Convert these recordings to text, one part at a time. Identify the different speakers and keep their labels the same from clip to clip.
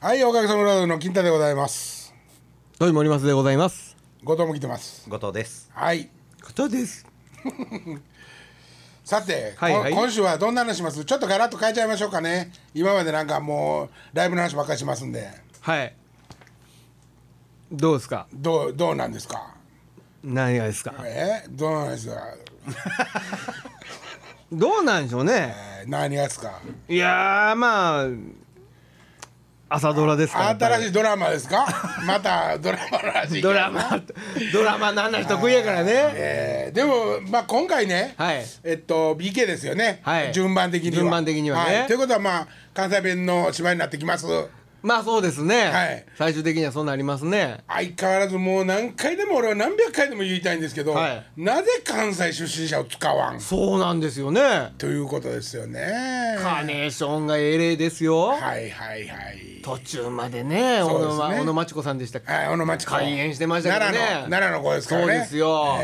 Speaker 1: はい、おかげさまラジオの金太でございます。
Speaker 2: どうも森松でございます。
Speaker 1: 後藤も来てます。
Speaker 3: 後藤です。
Speaker 1: はい。
Speaker 2: 方です。
Speaker 1: さて、
Speaker 2: はい
Speaker 1: こ
Speaker 2: はい
Speaker 1: 今週はどんな話しますちょっとガラッと変えちゃいましょうかね。今までなんかもう、ライブの話ばっかりしますんで、
Speaker 2: はい。どうですか。
Speaker 1: どう、どうなんですか
Speaker 2: 何がですか。
Speaker 1: えどうなんですか
Speaker 2: どうなんでしょうね。
Speaker 1: えー何がですか
Speaker 2: いやーまあ朝ドラですから。
Speaker 1: 新しいドラマですかまたドラマの話。
Speaker 2: ドラマドラマの話得意やからね。
Speaker 1: えーでも、まあ今回ね、
Speaker 2: はい。
Speaker 1: えっと、BK ですよね、
Speaker 2: はい
Speaker 1: 順番的には
Speaker 2: 順番的にはね
Speaker 1: いということはまあ関西弁の芝居になってきます
Speaker 2: まあそうですね。
Speaker 1: はい
Speaker 2: 最終的にはそうなりますね。
Speaker 1: 相変わらずもう何回でも俺は何百回でも言いたいんですけど、
Speaker 2: はい
Speaker 1: なぜ関西出身者を使わん
Speaker 2: そうなんですよね。
Speaker 1: ということですよね
Speaker 2: カーネーションが英霊ですよ。
Speaker 1: はいはいはい
Speaker 2: 途中までね、
Speaker 1: そ
Speaker 2: 小
Speaker 1: うで
Speaker 2: 野
Speaker 1: すね
Speaker 2: ま小野真知子さんでしたっけ
Speaker 1: はい小野町子
Speaker 2: 開演してましたけどね
Speaker 1: 奈良の奈良の子ですからね
Speaker 2: そうですよ、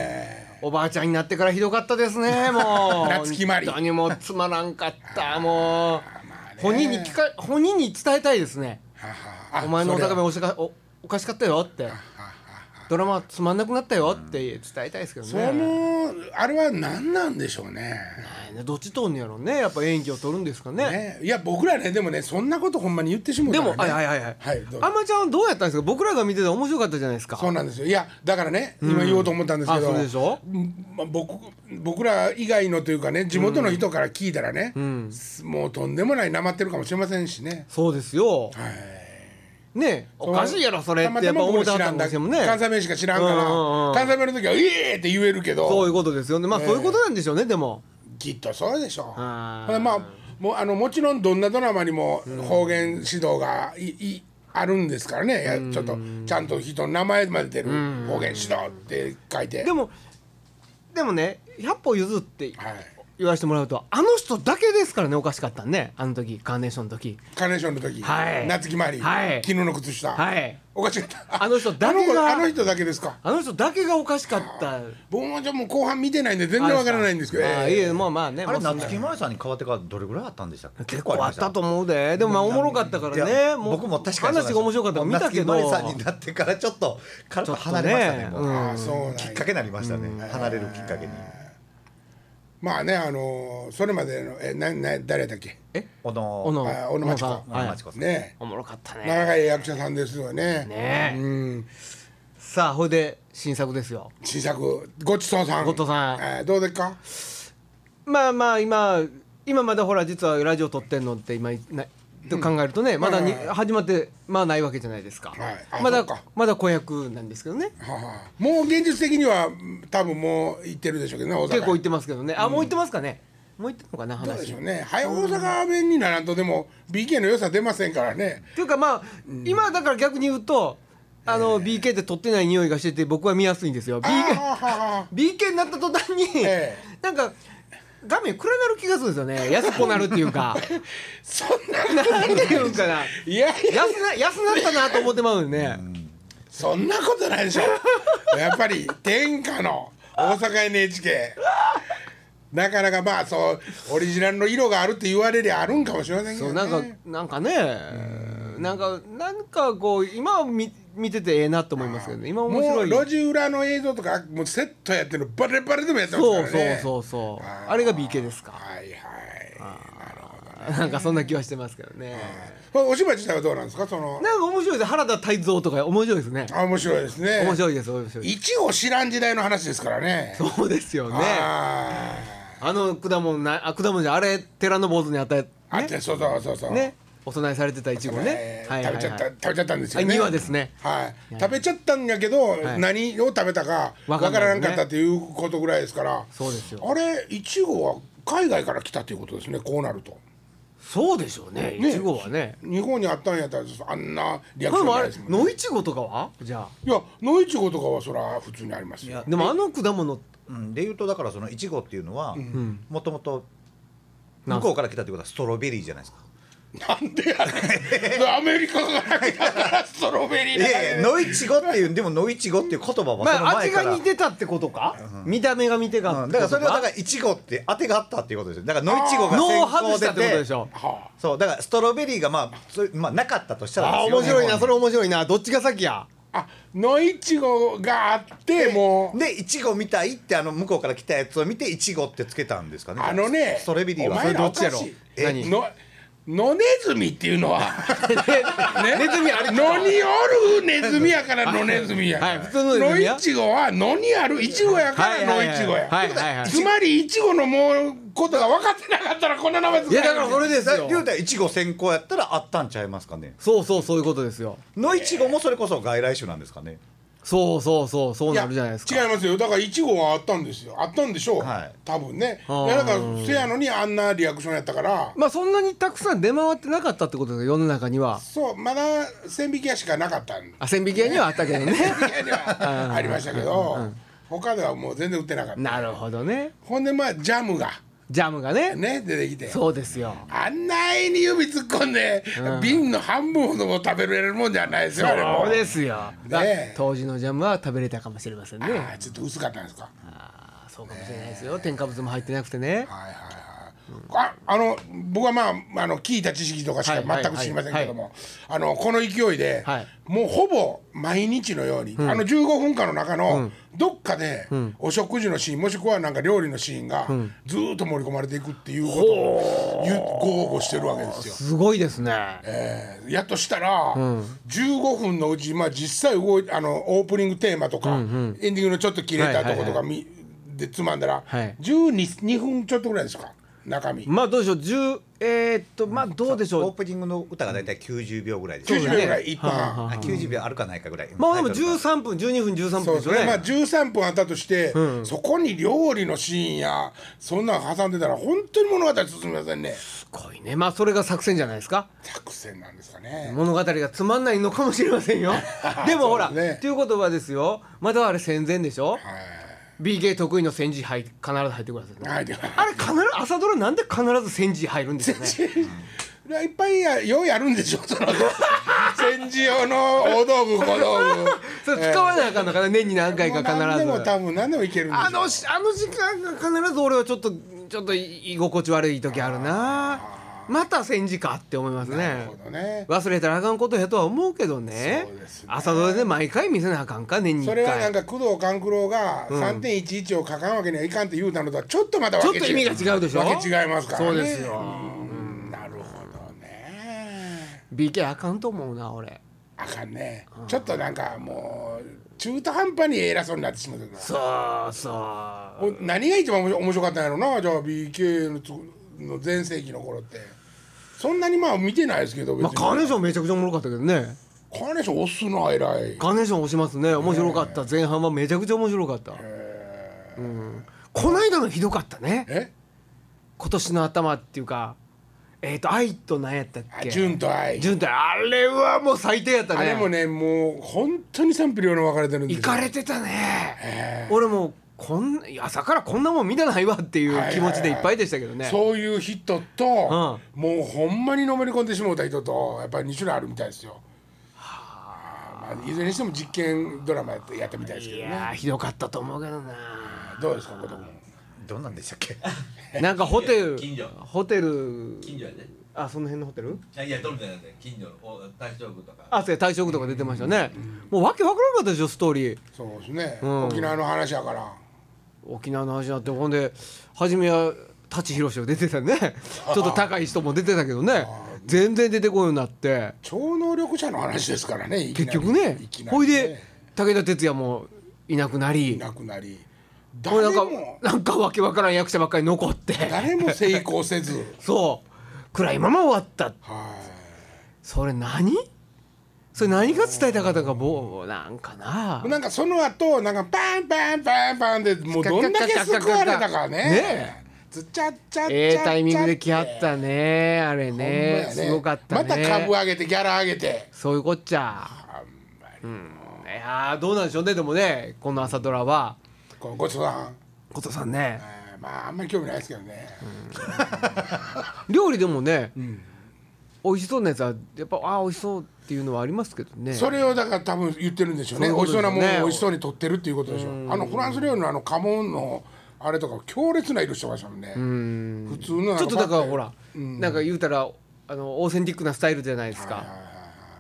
Speaker 2: おばあちゃんになってからひどかったで すねもう
Speaker 1: 夏木マリ
Speaker 2: 本当にもうつまらんかったもう本人に聞か本人に伝えたいですね
Speaker 1: ははあ
Speaker 2: お前のお
Speaker 1: それは
Speaker 2: 高めおしかおおかしかったよってドラマつまんなくなったよって伝えたいですけど
Speaker 1: そ
Speaker 2: ね
Speaker 1: のあれは何なんでしょうね
Speaker 2: はいどっちとんねやろうねやっぱ演技を取るんですかね
Speaker 1: ねいや僕らねでもねそんなことほんまに言ってしもう
Speaker 2: で
Speaker 1: た
Speaker 2: も、
Speaker 1: らね
Speaker 2: はいはいはいはい、
Speaker 1: はいどうぞ
Speaker 2: あんまちゃんはどうやったんですか僕らが見てて面白かったじゃないですか
Speaker 1: そうなんですよいやだからね今言おうと思ったんですけど、
Speaker 2: あそうでしょ
Speaker 1: うんまあ、僕僕ら以外のというかね地元の人から聞いたらね、もうとんでもないなまってるかもしれませんしね。
Speaker 2: そうですよねえおかしいやろそれってやっぱ思ってはったんですよね
Speaker 1: 関西弁しか知らんから、
Speaker 2: うんうんうん
Speaker 1: 関西弁の時は「ええ!」って言えるけ
Speaker 2: そうい
Speaker 1: ど
Speaker 2: うことですよね。まあ、そういうことなんでしょうね、でも。
Speaker 1: きっとそうでしょう。
Speaker 2: あー
Speaker 1: ほんでまあもうあのもちろんどんなドラマにも方言指導がい、いあるんですからねいやちょっとちゃんと人の名前まで出る方言指導って書いて。
Speaker 2: でも、でもね、百歩譲って
Speaker 1: はい
Speaker 2: 言わせてもらうと、あの人だけですからね、おかしかったんね、あの時、カーネーションの時。
Speaker 1: カーネーションの時、
Speaker 2: はい
Speaker 1: 夏木マリ、
Speaker 2: はい
Speaker 1: 昨日の靴下、
Speaker 2: はい
Speaker 1: おかしかった。
Speaker 2: あの人だけが
Speaker 1: あの子あの人だけですか。
Speaker 2: あの人だけがおかしかった。
Speaker 1: 僕もじゃあもう後半見てないんで全然わからないんですけど。
Speaker 2: ああいえ、まあまあね。
Speaker 3: あれ
Speaker 2: まあそんな
Speaker 3: 夏木マリさんに変わってからどれぐらいあったんでしたっけ？
Speaker 2: 結構あったと
Speaker 3: 思
Speaker 2: 思うで、でもまあおもろかったからね、う
Speaker 3: 僕も確かにそうなんです
Speaker 2: 話が面白かったから見たけど。
Speaker 3: 夏木マリさんになってからちょっとから
Speaker 2: ちょっとね
Speaker 3: 離れましたね。もう
Speaker 2: うん
Speaker 1: ああそうなんや
Speaker 3: きっかけになりましたね。離れるきっかけに。
Speaker 1: まあねあのーそれまでのえなな誰だっけ。
Speaker 3: 小野
Speaker 2: 小野
Speaker 1: あ小野真知子
Speaker 2: 小野さん
Speaker 3: 小野
Speaker 2: は
Speaker 3: 真
Speaker 2: い
Speaker 3: 知子さん
Speaker 1: ね
Speaker 2: おもろかったね。
Speaker 1: 長い役者さんですよね。
Speaker 2: ねえ
Speaker 1: うん
Speaker 2: さあ、ほいで新作ですよ。
Speaker 1: 新作ごちそうさん。
Speaker 2: ごちそうさん
Speaker 1: えーどうですか。
Speaker 2: まあまあ今今まだほら実はラジオ撮ってんのって今ないと考えるとね、まだに、
Speaker 1: はいはい
Speaker 2: 始まってまあないわけじゃないですか、
Speaker 1: はいあ
Speaker 2: ま
Speaker 1: そ
Speaker 2: だ
Speaker 1: うか
Speaker 2: まだ子役なんですけどね
Speaker 1: はあはあもう現実的にはうん多分もう行ってるでしょうけどね大阪。
Speaker 2: 結構行ってますけどねあもう行ってますかね、もう行ってんのかな
Speaker 1: どうでし
Speaker 2: 話
Speaker 1: ょ
Speaker 2: っ
Speaker 1: うね。はい大阪弁にならんとでも BK の良さ出ませんからね。
Speaker 2: ていうかまあ、今だから逆に言うとあの BK って撮ってない匂いがしてて僕は見やすいんですよ
Speaker 1: ああ
Speaker 2: BK,
Speaker 1: はあはあ
Speaker 2: BK になった途端に、
Speaker 1: ええ
Speaker 2: なんか画面暗なる気がするんですよね安っぽなるっていうか
Speaker 1: そん な
Speaker 2: なんていうかない
Speaker 1: やいや
Speaker 2: 安な安なったなと思ってまうよね、
Speaker 1: そんなことないでしょ やっぱり天下の大阪 NHK なかなかまあそうオリジナルの色があるって言われりゃあるんかもしれませんけ
Speaker 2: そ
Speaker 1: ど、
Speaker 2: う
Speaker 1: ね、
Speaker 2: なんかなんかねなんかなんかこう今は見見ててええなと思いますけどね今面白い
Speaker 1: もう路地裏の映像とかもうセットやってるのバレバレでもやってますか
Speaker 2: そう
Speaker 1: ら
Speaker 2: そう
Speaker 1: ね
Speaker 2: そううそうあ
Speaker 1: あー
Speaker 2: れが BK ですか
Speaker 1: はいはいなるほど
Speaker 2: なんかそんな気はしてますけどね
Speaker 1: これお芝居自体はどうなんですかその
Speaker 2: なんか面白いです原田泰造とか面白いですね
Speaker 1: あ面白いですね
Speaker 2: 面白いです面白いです
Speaker 1: 一を知らん時代の話ですからね
Speaker 2: そうですよね
Speaker 1: あ
Speaker 2: あの果物なあ果物じゃあれ寺の坊主にあったや
Speaker 1: ーあってそうそうそうそう
Speaker 2: ねお供えされてたいちごね
Speaker 1: えー
Speaker 2: はいは
Speaker 1: 食べ
Speaker 2: い
Speaker 1: ちゃった
Speaker 2: はい
Speaker 1: 食べちゃったんですよ
Speaker 2: あ
Speaker 1: ね。
Speaker 2: 二話ですね
Speaker 1: はい。食べちゃったんやけど、
Speaker 2: い
Speaker 1: 何を食べたかわ
Speaker 2: わ
Speaker 1: か
Speaker 2: かんない
Speaker 1: らなかったということぐらいですから。
Speaker 2: そうですよ
Speaker 1: あれいちごは海外から来たということですね。こうなると。
Speaker 2: そうでしょうね
Speaker 1: ね
Speaker 2: いちごはね
Speaker 1: 日本にあったんやったらあんなリアク
Speaker 2: こ
Speaker 1: ション
Speaker 2: れも
Speaker 1: な
Speaker 2: あ
Speaker 1: い
Speaker 2: れ
Speaker 1: ですもんね。
Speaker 2: 野いちごとかはじゃあ
Speaker 1: いや、のいちごとかはそら普通にありますよ。
Speaker 2: でもあの果物
Speaker 3: うん、でいうとだからそのいちごっていうのはもともと
Speaker 2: なん
Speaker 3: 向こうから来たってことはストロベリーじゃないですか
Speaker 1: なんでやねんアメリカから来たからストロベリー
Speaker 3: い
Speaker 1: だ
Speaker 3: やいやノイチゴっていうでもノイチゴっていう言葉はその
Speaker 2: まあ
Speaker 3: 前
Speaker 2: 味
Speaker 3: から、
Speaker 2: が似てたってことか、見た目が似てたってことか、
Speaker 3: うんだからそれはだからイチゴって当てがあったっていうことですよだからノイチゴが
Speaker 2: 脳を
Speaker 3: 先
Speaker 2: 外
Speaker 3: 行
Speaker 2: し
Speaker 3: 出
Speaker 2: た
Speaker 3: て
Speaker 2: ってことでしょ
Speaker 1: は
Speaker 3: そうだからストロベリーがまあそうまあなかったとしたら
Speaker 2: ああー
Speaker 3: ですよ
Speaker 2: 面白いなそれ面白いなどっちが先や
Speaker 1: ああノイチゴがあってもう
Speaker 3: でイチゴみたいってあの向こうから来たやつを見てイチゴってつけたんですかね
Speaker 1: あのね
Speaker 3: ストロベリー
Speaker 1: お
Speaker 3: は
Speaker 1: 前らお
Speaker 2: それ
Speaker 1: か
Speaker 2: どっ
Speaker 1: し
Speaker 2: ちやろ
Speaker 1: い
Speaker 2: 何
Speaker 1: え の野ネズミっていうのは
Speaker 2: ネズミあれ
Speaker 1: 野におるネズミやから野ネズミや、
Speaker 2: はい普通のネズミや
Speaker 1: 野イチゴは野にあるイチゴやから野イチゴや、
Speaker 2: はいはいはい
Speaker 1: つまりイチゴのもうことが分かってなかったらこんな名前つ
Speaker 2: いやだからそ
Speaker 1: れ
Speaker 2: れです
Speaker 3: だ
Speaker 2: よ
Speaker 3: りゅうたいちご先行やったらあったんちゃいますかね
Speaker 2: そうそうそういうことですよ
Speaker 3: のいちごもそれこそ外来種なんですかね
Speaker 2: そうそうそうそうなるじゃないですか
Speaker 1: 違いますよだからイチゴはあったんですよあったんでしょう、
Speaker 3: はい
Speaker 1: 多分ねい
Speaker 2: あー
Speaker 1: やだからせやのにあんなリアクションやったから
Speaker 2: まあそんなにたくさん出回ってなかったってことですよ世の中には
Speaker 1: そうまだ千匹屋しかなかったん
Speaker 2: あ千匹屋にはあったけどね
Speaker 1: 千匹屋にはありましたけど他ではもう全然売ってなかった
Speaker 2: なるほどね
Speaker 1: ほんでまあジャムが
Speaker 2: ジャムがね
Speaker 1: ね出てきて
Speaker 2: そうですよ
Speaker 1: あんなに指突っ込んで、瓶の半分ほども食べれるもんじゃないですよあれも
Speaker 2: そうですよ、だ
Speaker 1: ねえ
Speaker 2: 当時のジャムは食べれたかもしれません
Speaker 1: あ
Speaker 2: ね
Speaker 1: ーちょっと薄かったんですか
Speaker 2: あーそうかもしれないですよ添加物も入ってなくてね
Speaker 1: はいはいはい。ああの僕はまああの聞いた知識とかしか
Speaker 2: はいはい
Speaker 1: 全く知りませんけども、あのこの勢いで、
Speaker 2: はい
Speaker 1: もうほぼ毎日のように、あの15分間の中のどっかで、お食事のシーンもしくはなんか料理のシーンが、ずーっと盛り込まれていくっていうことをゆ豪語してるわけですよ。
Speaker 2: すごいですね
Speaker 1: えーやっとしたら、15分のうち、まあ、実際動いあのオープニングテーマとか、エンディングのちょっと切れたとことかみ、でつまんだら、
Speaker 2: はい
Speaker 1: 12 2分ちょっとぐらいですか中身、
Speaker 2: まあどうでしょう10えーっとまあどうでしょ
Speaker 3: オー
Speaker 2: う
Speaker 3: プニングの歌が大体90秒ぐらいです
Speaker 1: 90秒ぐらい一
Speaker 2: はあ
Speaker 1: 般、
Speaker 3: あ90秒あるかないかぐらい
Speaker 2: まあでも
Speaker 3: タイトルが
Speaker 2: 13分12分13
Speaker 1: そ
Speaker 2: 分
Speaker 1: う
Speaker 2: で
Speaker 1: ですす
Speaker 2: よ
Speaker 1: ね
Speaker 2: ね
Speaker 1: まあ、13分あったとして、そこに料理のシーンやそんなん挟んでたら本当に物語進みませんね
Speaker 2: すごいねまあそれが作戦じゃないですか
Speaker 1: 作戦なんですかね、
Speaker 2: 物語がつまんないのかもしれま せんよでもほら
Speaker 1: そう
Speaker 2: と、
Speaker 1: ですね
Speaker 2: いうことはですよまだあれ戦前でしょ、
Speaker 1: は
Speaker 2: BK 得意の戦時杯必ず入ってくださいね
Speaker 1: いはいでは
Speaker 2: あれ必ず朝ドラなんで必ず戦時入るんですよね
Speaker 1: いやいっぱいやようやるんでしょその 戦時用の大道具小道具
Speaker 2: それ使わなあかんのかな年に何回か必
Speaker 1: も
Speaker 2: ず
Speaker 1: う何でも多分何でもいけるんでしょ
Speaker 2: あのしあの時間が必ず俺はちょっとちょっと居心地悪い時あるなまた戦時かって思います
Speaker 1: なる
Speaker 2: ね
Speaker 1: ほどね
Speaker 2: 忘れたらあかんことやとは思うけどね
Speaker 1: そうですね
Speaker 2: 朝ドラで毎回見せなあかんか年に
Speaker 1: そ
Speaker 2: 1
Speaker 1: れはなん
Speaker 2: 回
Speaker 1: か工藤官九郎が3.11を書かんわけにはいかんって言うたのとはちょっとまたわけ
Speaker 2: ちょっと意味が違うでしょ
Speaker 1: わけ違いますからね
Speaker 2: そうですよ
Speaker 1: うんなるほどね
Speaker 2: BK あかんと思うな俺
Speaker 1: あかんねちょっとなんかもう中途半端に偉そうになってしまうけどな
Speaker 2: そうそう
Speaker 1: お何が一番面白面白かったんやろうなじゃあ BK のつの全盛期の頃ってそんなにまあ見てないですけど別
Speaker 2: まあ
Speaker 1: に
Speaker 2: カーネーションめちゃくちゃおもろかったけどね
Speaker 1: カーネーション押すの偉い
Speaker 2: カーネーション押しますね面白かった前半はめちゃくちゃ面白かった、うん、こないだのひどかったね
Speaker 1: え
Speaker 2: 今年の頭っていうかえっ、と愛と何やったっ
Speaker 1: あ
Speaker 2: け
Speaker 1: 純と愛
Speaker 2: 潤太あれはもう最低やったね
Speaker 1: あれもねもう本当に賛否両論分かれてるんです
Speaker 2: 行
Speaker 1: よ
Speaker 2: かれてたね俺もこん朝からこんなもん見たないわっていう気持ちでいっぱいでしたけどね、
Speaker 1: そういう人と、もうほんまにのめり込んでしもうた人とやっぱり2種類あるみたいですよ。まあ、いずれにしても実験ドラマやってやったみたいですけ
Speaker 2: い
Speaker 1: どね
Speaker 2: やーひどかったと思うけどな
Speaker 1: どうですか子供
Speaker 3: どんなんでしたっ け
Speaker 2: なんかホテル
Speaker 4: 近所
Speaker 2: ホテル
Speaker 4: 近所やね
Speaker 2: あその辺のホテル
Speaker 4: いやいやどれじゃなくて近所のお大正区とか
Speaker 2: あそうや退職とか出てましたね、もうわけわからなかったでしょストーリー
Speaker 1: そうですね、
Speaker 2: うん
Speaker 1: 沖縄の話やから
Speaker 2: 沖縄の話になってほんで初めは舘ひろしが出てたねちょっと高い人も出てたけどね全然出てこいようになって
Speaker 1: 超能力者の話ですからねいき
Speaker 2: 結
Speaker 1: なり
Speaker 2: 局ね
Speaker 1: いきなりね
Speaker 2: ほいで武田鉄矢もいなくないり
Speaker 1: なくなり
Speaker 2: もうな
Speaker 1: 誰
Speaker 2: ん
Speaker 1: も
Speaker 2: かなんかわけわからん役者ばっかり残って
Speaker 1: 誰も成功せ ず
Speaker 2: そう暗いまま終わった
Speaker 1: はい
Speaker 2: それ何それ何が伝えたかったかもうなんかな
Speaker 1: なんかその後なんかパンパンパンパンでもうどんだけ救われたかね
Speaker 2: ね
Speaker 1: つっちゃっちゃっちゃっちゃ
Speaker 2: ええタイミングで来はったねあれ
Speaker 1: ほんまや
Speaker 2: ねすごかったね
Speaker 1: また株上げてギャラ上げて
Speaker 2: そういうこっちゃうんいやーどうなんでしょうねでもねこの朝ドラは
Speaker 1: こうごちそうさん
Speaker 2: ことさんね
Speaker 1: えーまああんまり興味ないですけどね、
Speaker 2: 料理でもね、美味しそうなやつはやっぱああ美味しそうっていうのはありますけどね
Speaker 1: それをだから多分言ってるんでしょうね
Speaker 2: そういう
Speaker 1: 美
Speaker 2: こ
Speaker 1: 味しそ
Speaker 2: とです
Speaker 1: う
Speaker 2: よ
Speaker 1: な
Speaker 2: ね
Speaker 1: ものを美味しそうに取ってるっていうことでしょうあのフランス料理のあの家紋のあれとか強烈な色してましたもんね普通の
Speaker 2: ちょっとだからほ
Speaker 1: ら
Speaker 2: ら、なんか言うたらあのオーセンティックなスタイルじゃないですか、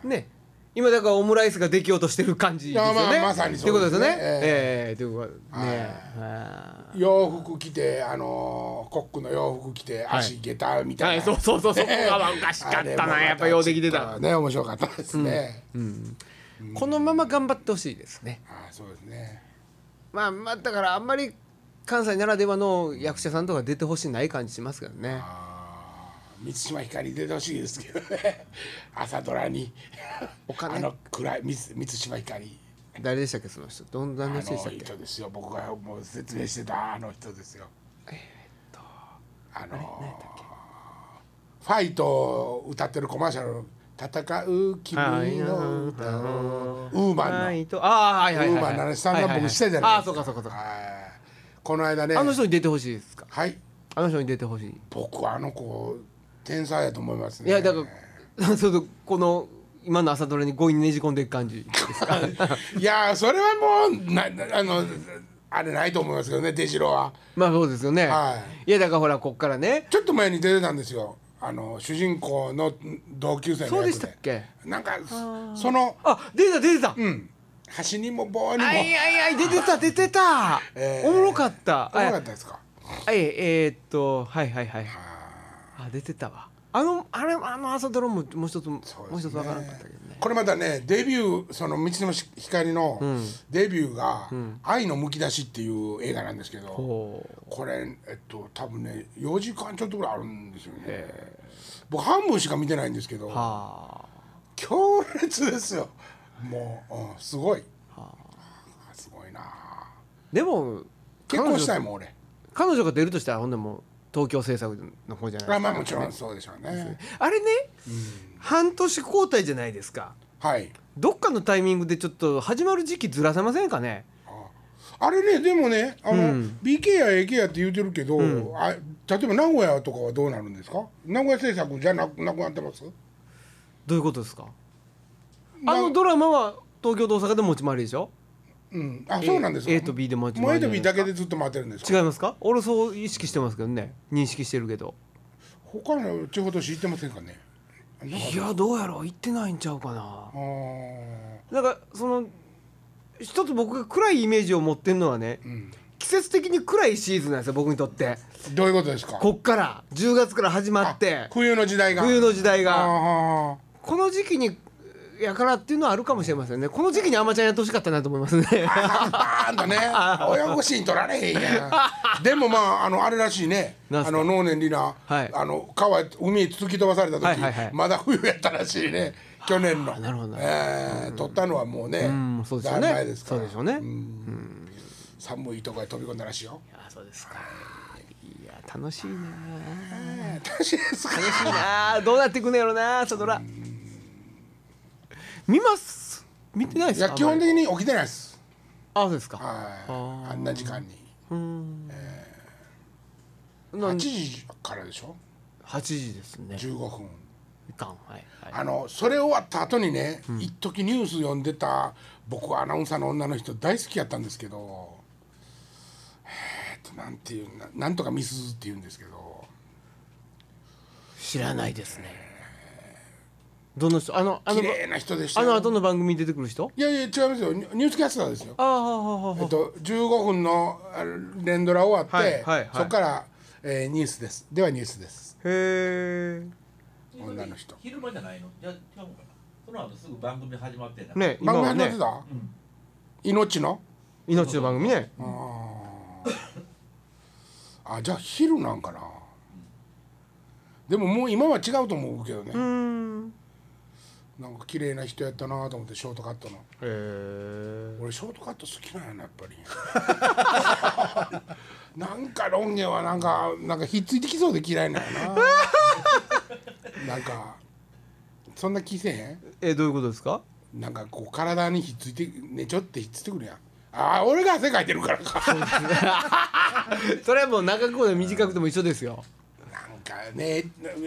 Speaker 2: ね今だからオムライスができようとしてる感じですよね
Speaker 1: いやまあまさにそう
Speaker 2: とい
Speaker 1: で
Speaker 2: うことです
Speaker 1: ね
Speaker 2: すねええということねは
Speaker 1: 洋服着てあのーコックの洋服着て足下駄み
Speaker 2: い
Speaker 1: た
Speaker 2: はいい
Speaker 1: な
Speaker 2: そうそう そうそこがおかしか
Speaker 1: あ
Speaker 2: っ
Speaker 1: れ
Speaker 2: た
Speaker 1: もま
Speaker 2: なやっぱようできて
Speaker 1: ちょったとね面白かったですね
Speaker 2: このまま頑張ってほしいですね
Speaker 1: あーそうですね
Speaker 2: まあまあだからあんまり関西ならではの役者さんとか出てほしいない感じしますけどね
Speaker 1: 満島ひかり出てほしいですけどね 朝ドラに
Speaker 2: お
Speaker 1: あ
Speaker 2: 金
Speaker 1: の暗い満満島ひかり
Speaker 2: 誰でしたっけその人どんな
Speaker 1: あの
Speaker 2: 話でしたっけ
Speaker 1: 人ですよ僕がもう説明してたあの人ですよあのファイトを歌ってるコマーシャル戦う君の歌をウーマンの
Speaker 2: はいとああはいはいはい
Speaker 1: ウーマンの話スタンドアップ僕してたじゃ
Speaker 2: あ
Speaker 1: ない
Speaker 2: あー
Speaker 1: ですか
Speaker 2: そうかそうかそうか
Speaker 1: はいこの間ね
Speaker 2: あの人に出てほしいですか
Speaker 1: はい
Speaker 2: あの人に出てほしい
Speaker 1: 僕はあの子天才やと思いますね
Speaker 2: いやだから そうそうこの今の朝ドラに強引にねじ込んでいく 感じですか
Speaker 1: いやそれはもうななあのあれないと思いますけどね出城は
Speaker 2: まあそうですよね、、
Speaker 1: はい
Speaker 2: やだからほらこっからね
Speaker 1: ちょっと前に出てたんですよあの主人公の同級生の役
Speaker 2: そうでしたっけ
Speaker 1: なんかその
Speaker 2: あ出てた出てた、
Speaker 1: うん端にも棒にも
Speaker 2: あいあいあい出てた出てた、
Speaker 1: えー
Speaker 2: おもろかった
Speaker 1: 怖かったですか
Speaker 2: あいえー、っとはいはいはいあ出てたわあのあれあの朝ドラももう一つ、もう一つわからなかったけどね
Speaker 1: これまたねデビューその道の光のデビューが「愛のむき出し」っていう映画なんですけど、
Speaker 2: おー
Speaker 1: これえっと多分ね4時間ちょっとぐらいあるんですよね僕半分しか見てないんですけど
Speaker 2: あ
Speaker 1: 強烈ですよもう、うん、すごいあーすごいな
Speaker 2: ーでも
Speaker 1: 結婚したい
Speaker 2: ん
Speaker 1: もん俺
Speaker 2: 彼女が出るとしたらほんでもう東京制作の方じゃないですか
Speaker 1: あまあもちろんそうでしょうね
Speaker 2: あれね、半年交代じゃないですか
Speaker 1: はい
Speaker 2: どっかのタイミングでちょっと始まる時期ずらせませんかね
Speaker 1: あれねでもねあの、BK や AK やって言うてるけど、あ例えば名古屋とかはどうなるんですか名古屋政策じゃなくなくなってます
Speaker 2: どういうことですか
Speaker 1: な
Speaker 2: あのドラマは東京と大阪で持ち回りでしょ
Speaker 1: うんあそうなんですか
Speaker 2: A と B で待ち
Speaker 1: もう
Speaker 2: 回
Speaker 1: A
Speaker 2: りじ
Speaker 1: と
Speaker 2: ゃない
Speaker 1: B だけでずっと回ってるんです
Speaker 2: 違
Speaker 1: か
Speaker 2: いますか俺そう意識してますけどね認識してるけど
Speaker 1: 他の地方都市行ってませんかねなんか
Speaker 2: いやどうやろう行ってないんちゃうかな
Speaker 1: あー
Speaker 2: なんかその一つ僕が暗いイメージを持ってるのはね、季節的に暗いシーズンなんですよ僕にとって
Speaker 1: どういうことですか
Speaker 2: こっから10月から始ま
Speaker 1: あ
Speaker 2: って
Speaker 1: 冬の時代が
Speaker 2: 冬の時代が
Speaker 1: あ
Speaker 2: この時期にやからっていうのはあるかもしれませんねこの時期にあまちゃんやってほしかったなと思います ね
Speaker 1: ーあーなんだね親御しに取られへんやんでもまああのあれらしいね
Speaker 2: なん
Speaker 1: あ
Speaker 2: すか
Speaker 1: の能年里奈、
Speaker 2: はい
Speaker 1: あの川海へ突き飛ばされた時、
Speaker 2: はいはいはい
Speaker 1: まだ冬やったらしいね去年の
Speaker 2: なるほどな
Speaker 1: えー取ったのはもうね、
Speaker 2: うんそうですよ
Speaker 1: だいぶ前
Speaker 2: ね
Speaker 1: ですか
Speaker 2: そ
Speaker 1: ら
Speaker 2: うでしょうね、
Speaker 1: 寒いとこへ飛び込んだらしいよ
Speaker 2: あそうですかいや楽しいなあ
Speaker 1: 楽しいですか
Speaker 2: 楽しいなあどうなっていくのやろな朝ドラ見ます見てないで
Speaker 1: い
Speaker 2: すか
Speaker 1: や基本的に起きてないです
Speaker 2: あそうですか
Speaker 1: はいあんな時間に
Speaker 2: な
Speaker 1: 8
Speaker 2: ん
Speaker 1: 時からでしょ
Speaker 2: 8時ですね
Speaker 1: 15分
Speaker 2: 時間はいはい
Speaker 1: あのそれ終わった後にね、一時ニュース読んでた僕はアナウンサーの女の人大好きやったんですけどえーっとなんていうななんとかミスズって言うんですけど
Speaker 2: 知らないですねどの人あのあの
Speaker 1: 綺麗な人でした
Speaker 2: あ
Speaker 1: よ
Speaker 2: の後の番組に出てくる人
Speaker 1: いやいや違いますよニュニュースキャスターですよ
Speaker 2: ああははは
Speaker 1: えっと15分のあ連ドラ終わって、
Speaker 2: はいはいはい
Speaker 1: そこから、えーニュースですではニュースです
Speaker 2: へえ
Speaker 1: 女の人
Speaker 4: 昼間じゃないのじゃ違うのかなその後すぐ番組始まってんだ
Speaker 2: ね今
Speaker 1: 番組
Speaker 2: は
Speaker 1: 始まっ
Speaker 2: ね
Speaker 1: てた、命の
Speaker 2: 命の番組ね
Speaker 1: あじゃあ昼なんかなでももう今は違うと思うけどね
Speaker 2: うん
Speaker 1: なんか綺麗な人やったなと思ってショートカットの
Speaker 2: へえ
Speaker 1: 俺ショートカット好きなんやなやっぱり なんかロン毛はなんかなんかひっついてきそうで嫌いなんやななんかそんな気せえ
Speaker 2: えどういうことですか
Speaker 1: へんなんかこう体にひっついてねちょってひっついてくるやんあー俺が汗かいてるからかなん
Speaker 2: それはもう長くも短くても一緒ですよ
Speaker 1: かねエ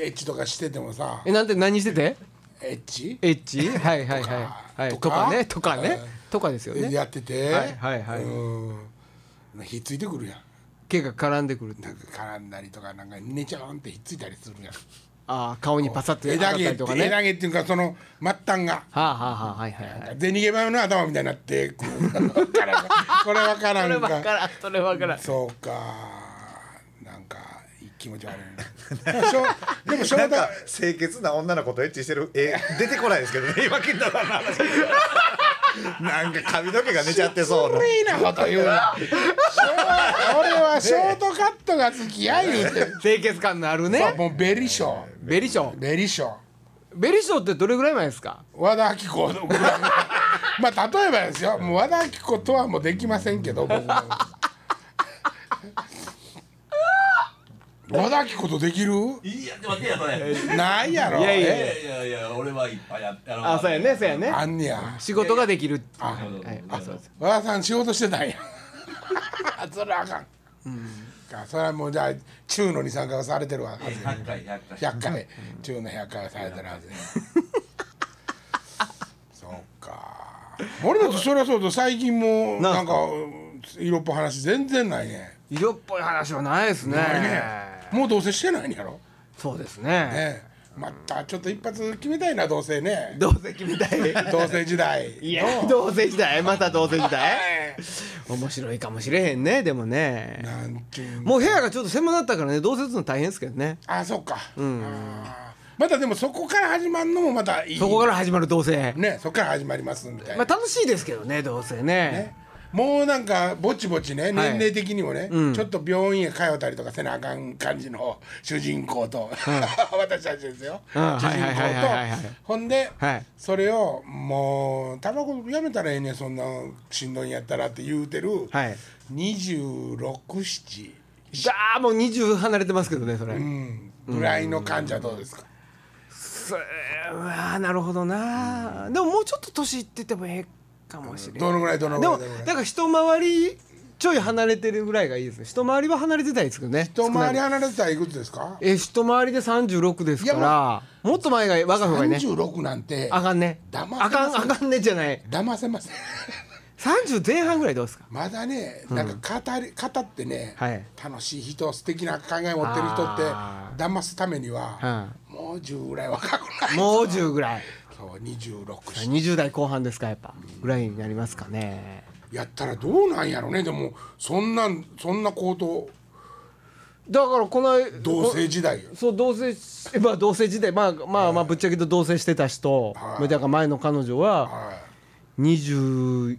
Speaker 1: ッチとかしててもさ
Speaker 2: えなんて何してて
Speaker 1: エッチ
Speaker 2: エッチはいはいはいはい
Speaker 1: と
Speaker 2: と
Speaker 1: か
Speaker 2: かねとかねとかですよね
Speaker 1: やってて
Speaker 2: はいはいはい
Speaker 1: うんひっついてくるやん
Speaker 2: 毛が絡んでくるって
Speaker 1: なんか絡んだりとかなんか寝ちゃわんってひっついたりするやん
Speaker 2: ああ顔にパサッと
Speaker 1: 枝
Speaker 2: っ
Speaker 1: 毛
Speaker 2: た
Speaker 1: って
Speaker 2: りとかねは
Speaker 1: 枝毛っていうかその末端が
Speaker 2: あはあはあはいはいはい
Speaker 1: で逃げ場の頭みたいになってこうこれわから
Speaker 2: それ
Speaker 1: ん
Speaker 2: わ
Speaker 1: か
Speaker 2: からんそれわからん
Speaker 1: そうかなんか気持ち悪いなしょうでも翔
Speaker 3: なん
Speaker 1: 太
Speaker 3: か清潔な女の子とエッチしてる絵出てこないですけどね今聞いたら ななんか髪の毛が寝ちゃってそうな
Speaker 1: 無理なこと言うなショー俺はショートカットが好きや言うて
Speaker 2: 清潔感のある
Speaker 1: さあ
Speaker 2: ね
Speaker 1: もうベリショー
Speaker 2: ベリショー
Speaker 1: ベリショー
Speaker 2: ベリショーってどれぐらい前ですか
Speaker 1: 和田アキ子のぐらいまあ例えばですよもう和田アキ子とはもうできませんけど僕も和田アキ子とできる
Speaker 4: いやでも待ってやそれ
Speaker 1: ないやろ
Speaker 2: いやい
Speaker 4: い
Speaker 2: や
Speaker 4: やいやいや俺はいっぱいやって
Speaker 2: あそうやねそうやね
Speaker 1: あんねや
Speaker 2: 仕事ができる
Speaker 4: あ
Speaker 2: はいあそうです
Speaker 1: 和田さん仕事してたんやそれはあかん、かそれはもうじゃあ中の二酸化がされてるわはずや
Speaker 4: 100回100回
Speaker 1: 100回中の100回はされてるは ずやそうか俺だってそれはそうと最近も
Speaker 2: な
Speaker 1: なん
Speaker 2: んす
Speaker 1: か色っぽい話全然ないね
Speaker 2: 色っぽい話はないですね
Speaker 1: ないねもう同棲してないんやろ
Speaker 2: そうですね
Speaker 1: ねまたちょっと一発決めたいな同棲ね
Speaker 2: 同席みたい
Speaker 1: 同棲時代
Speaker 2: いや同棲時代また同棲時 代面白いかもしれへんねでもね
Speaker 1: なんちゅう
Speaker 2: もう部屋がちょっと狭なったからね同棲するの大変ですけどね
Speaker 1: あそうか、あーまたでもそこから始まるのもまたいい
Speaker 2: そこから始まる同棲、
Speaker 1: ねそこから始まりますみたい
Speaker 2: ま
Speaker 1: な、
Speaker 2: あ、楽しいですけどね同棲ね
Speaker 1: ねもうなんかぼちぼちね年齢的にもね、ちょっと病院へ通ったりとかせなあかん感じの主人公と、 私たちですよ、
Speaker 2: うんはい
Speaker 1: 主
Speaker 2: はい
Speaker 1: 人
Speaker 2: はいはいはいはい
Speaker 1: 公とほんで、
Speaker 2: はい
Speaker 1: それをもうタバコやめたらええねんそんなしんどいんやったらって言うてる、
Speaker 2: はい
Speaker 1: 267
Speaker 2: だあもう20離れてますけどねそれ、
Speaker 1: うんぐらいの患者どうですか、
Speaker 2: それはなるほどな、でももうちょっと年いっててもええかもしれない、
Speaker 1: どのぐらいどのぐ
Speaker 2: で
Speaker 1: らい
Speaker 2: も
Speaker 1: どのぐらい
Speaker 2: だから一回りちょい離れてるぐらいがいいですね一回りは離れてたいですけどね
Speaker 1: 一回り
Speaker 2: 少ない
Speaker 1: 離れてたらいくつですか
Speaker 2: え一回りで36ですか
Speaker 1: いや
Speaker 2: らもっと前が我が方がいいね
Speaker 1: 36なんて
Speaker 2: あかんね
Speaker 1: 騙せません
Speaker 2: あかんあかんねじゃない
Speaker 1: 騙せません
Speaker 2: 30前半ぐらいどうですか
Speaker 1: まだねなんか語り、語ってね、
Speaker 2: はい
Speaker 1: 楽しい人素敵な考え持ってる人って
Speaker 2: あ
Speaker 1: 騙すためには、もう10ぐらい若くない
Speaker 2: もう10ぐらい
Speaker 1: そう26し
Speaker 2: 20代後半ですかやっぱぐらいになりますかね
Speaker 1: やったらどうなんやろねでもそんなんそんな行動
Speaker 2: だからこの
Speaker 1: 同棲時代よ
Speaker 2: そう同棲しまあ同棲時代まあまあまあぶっちゃけと同棲してた人
Speaker 1: はい
Speaker 2: だから前の彼女は
Speaker 1: はい
Speaker 2: 21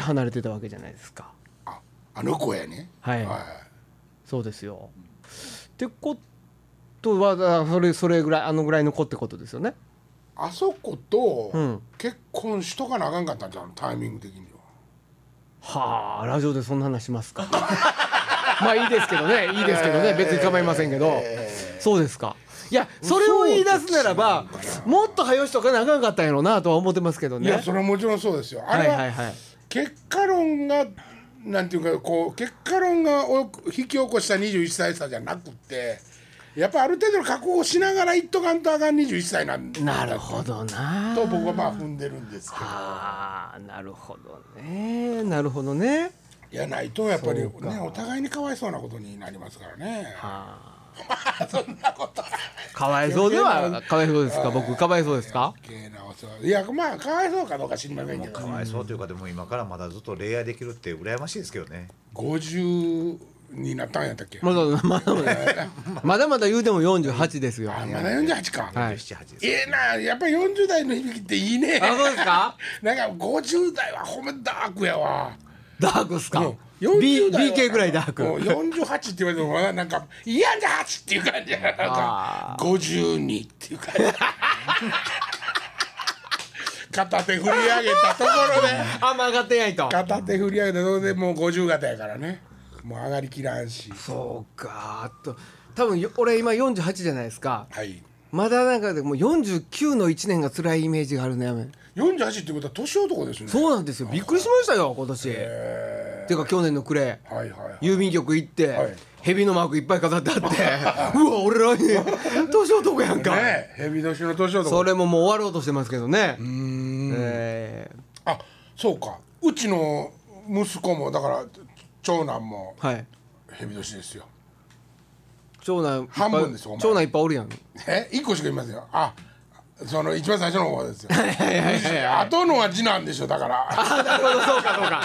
Speaker 2: 離れてたわけじゃないですか
Speaker 1: ああの子やね
Speaker 2: はいそうですよってことはだからそれそれぐらいあのぐらいの子ってことですよね
Speaker 1: あそこと
Speaker 2: ん
Speaker 1: 結婚しとかなあかんかったんじゃんタイミング的には
Speaker 2: はあラジオでそんな話し ますかまあいいですけどねいいですけどね別に構いませんけどそうですかいやそれを言い出すならばもっと早よしとかなあかんかったんやろうなとは思ってますけど
Speaker 1: いや
Speaker 2: ね
Speaker 1: それはもちろんそうですよあ
Speaker 2: は
Speaker 1: れ
Speaker 2: い
Speaker 1: は
Speaker 2: はいはい
Speaker 1: 結果論がなんていうかこう結果論がお引き起こした21歳差じゃなくてやっぱある程度の覚悟をしながらいっとかんとあかん21歳なんだ
Speaker 2: なるほどな
Speaker 1: と僕はまあ踏んでるんですけど
Speaker 2: あーなるほどねなるほどね
Speaker 1: いやないとやっぱりねお互いにかわいそうなことになりますからね
Speaker 2: あ
Speaker 1: そんなこと
Speaker 2: ーかわいそうではかわいそうですか僕かわいそうですか
Speaker 1: 余計なお世話いやまあかわいそうかどうか知りませんけど
Speaker 3: かわいそうというかでも今からまだずっと恋愛できるって羨ましいですけどね
Speaker 1: 50になったんやったっけ
Speaker 2: まだまだまだまだまだ言うても48ですよ
Speaker 1: あまだ48か、
Speaker 2: はい
Speaker 3: 78です
Speaker 1: いいなやっぱり40代の響きっていいね
Speaker 2: あそうですか
Speaker 1: なんか50代はほんまダークやわ
Speaker 2: ダークっすか、B
Speaker 1: 40代は
Speaker 2: BK ぐらいダーク
Speaker 1: もう48って言われてもまだなんか「いやだ!」っていう感じなんか
Speaker 2: あ
Speaker 1: 52っていう感じ 片手振り上げたところで
Speaker 2: あ曲がってないと
Speaker 1: 片手振り上げたところでもう50型やからねもう上がりきらんし
Speaker 2: そうかと多分よ俺今48じゃないですか
Speaker 1: はい
Speaker 2: まだなんかでも49の1年が辛いイメージがあるねやめ
Speaker 1: 48ってことは年男ですね
Speaker 2: そうなんですよびっくりしましたよ今年てか去年の暮れ
Speaker 1: はいはいはい
Speaker 2: 郵便局行って、
Speaker 1: はい
Speaker 2: 蛇のマークいっぱい飾ってあって うわ俺ら に年男やんか、
Speaker 1: ねえ蛇年の年男
Speaker 2: それももう終わろうとしてますけどねえ
Speaker 1: あそうかうちの息子もだから長男も
Speaker 2: ーはい
Speaker 1: 蛇年ですよ
Speaker 2: 長男いっぱ
Speaker 1: 半
Speaker 2: い
Speaker 1: 分ですよお前
Speaker 2: 長男いっぱいおるやん
Speaker 1: え一個しかいませんよあその一番最初の方ですよ後のは次男でしょだから
Speaker 2: あなるほどそうかそう か、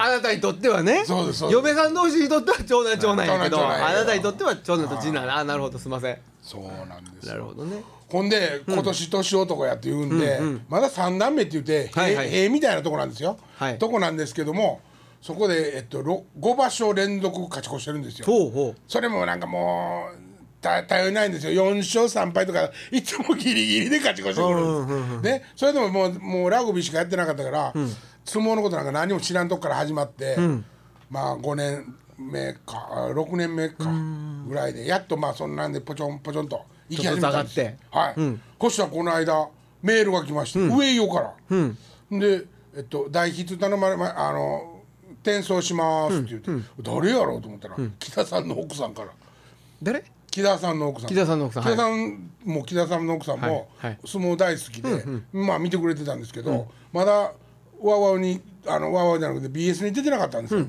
Speaker 2: あなたにとってはね
Speaker 1: そうですそうです
Speaker 2: 嫁さん同士にとっては長男長男やけど
Speaker 1: 長男長男
Speaker 2: あなたにとっては長男と次男あなるほどすいません
Speaker 1: そうなんです
Speaker 2: な
Speaker 1: よ
Speaker 2: るほどね
Speaker 1: ほんで今年年男やって言うんで、まだ三段目って言って塀、
Speaker 2: はいはい
Speaker 1: 塀みたいなとこなんですよ、
Speaker 2: はい
Speaker 1: とこなんですけどもそこで、えっと、ろ5場所連続勝ち越してるんですよ
Speaker 2: ほうほ
Speaker 1: それもなんかもうた頼りないんですよ4勝3敗とかいつもギリギリで勝ち越してくるんです、ね、それでももうもうラグビーしかやってなかったから、相撲のことなんか何も知らんとこから始まって、まあ5年目かあ6年目かぐらいでやっとまあそんなんでぽちょんぽちょんと行き始めたんですよ
Speaker 2: ちょっと
Speaker 1: はい、そしたらこの間メールが来まして、上井よから、で、えっと、大筆頼まれまあの転送しますって言って、誰やろうと思ったら、木田さんの奥さんから
Speaker 2: う誰
Speaker 1: 木田さんの奥さん
Speaker 2: 木田さんの奥さん
Speaker 1: 木田さんも木田さんの奥さんも
Speaker 2: はいはい
Speaker 1: 相撲大好きで、まあ見てくれてたんですけど、まだわわにあのわわじゃなくて BS に出てなかったんですよ、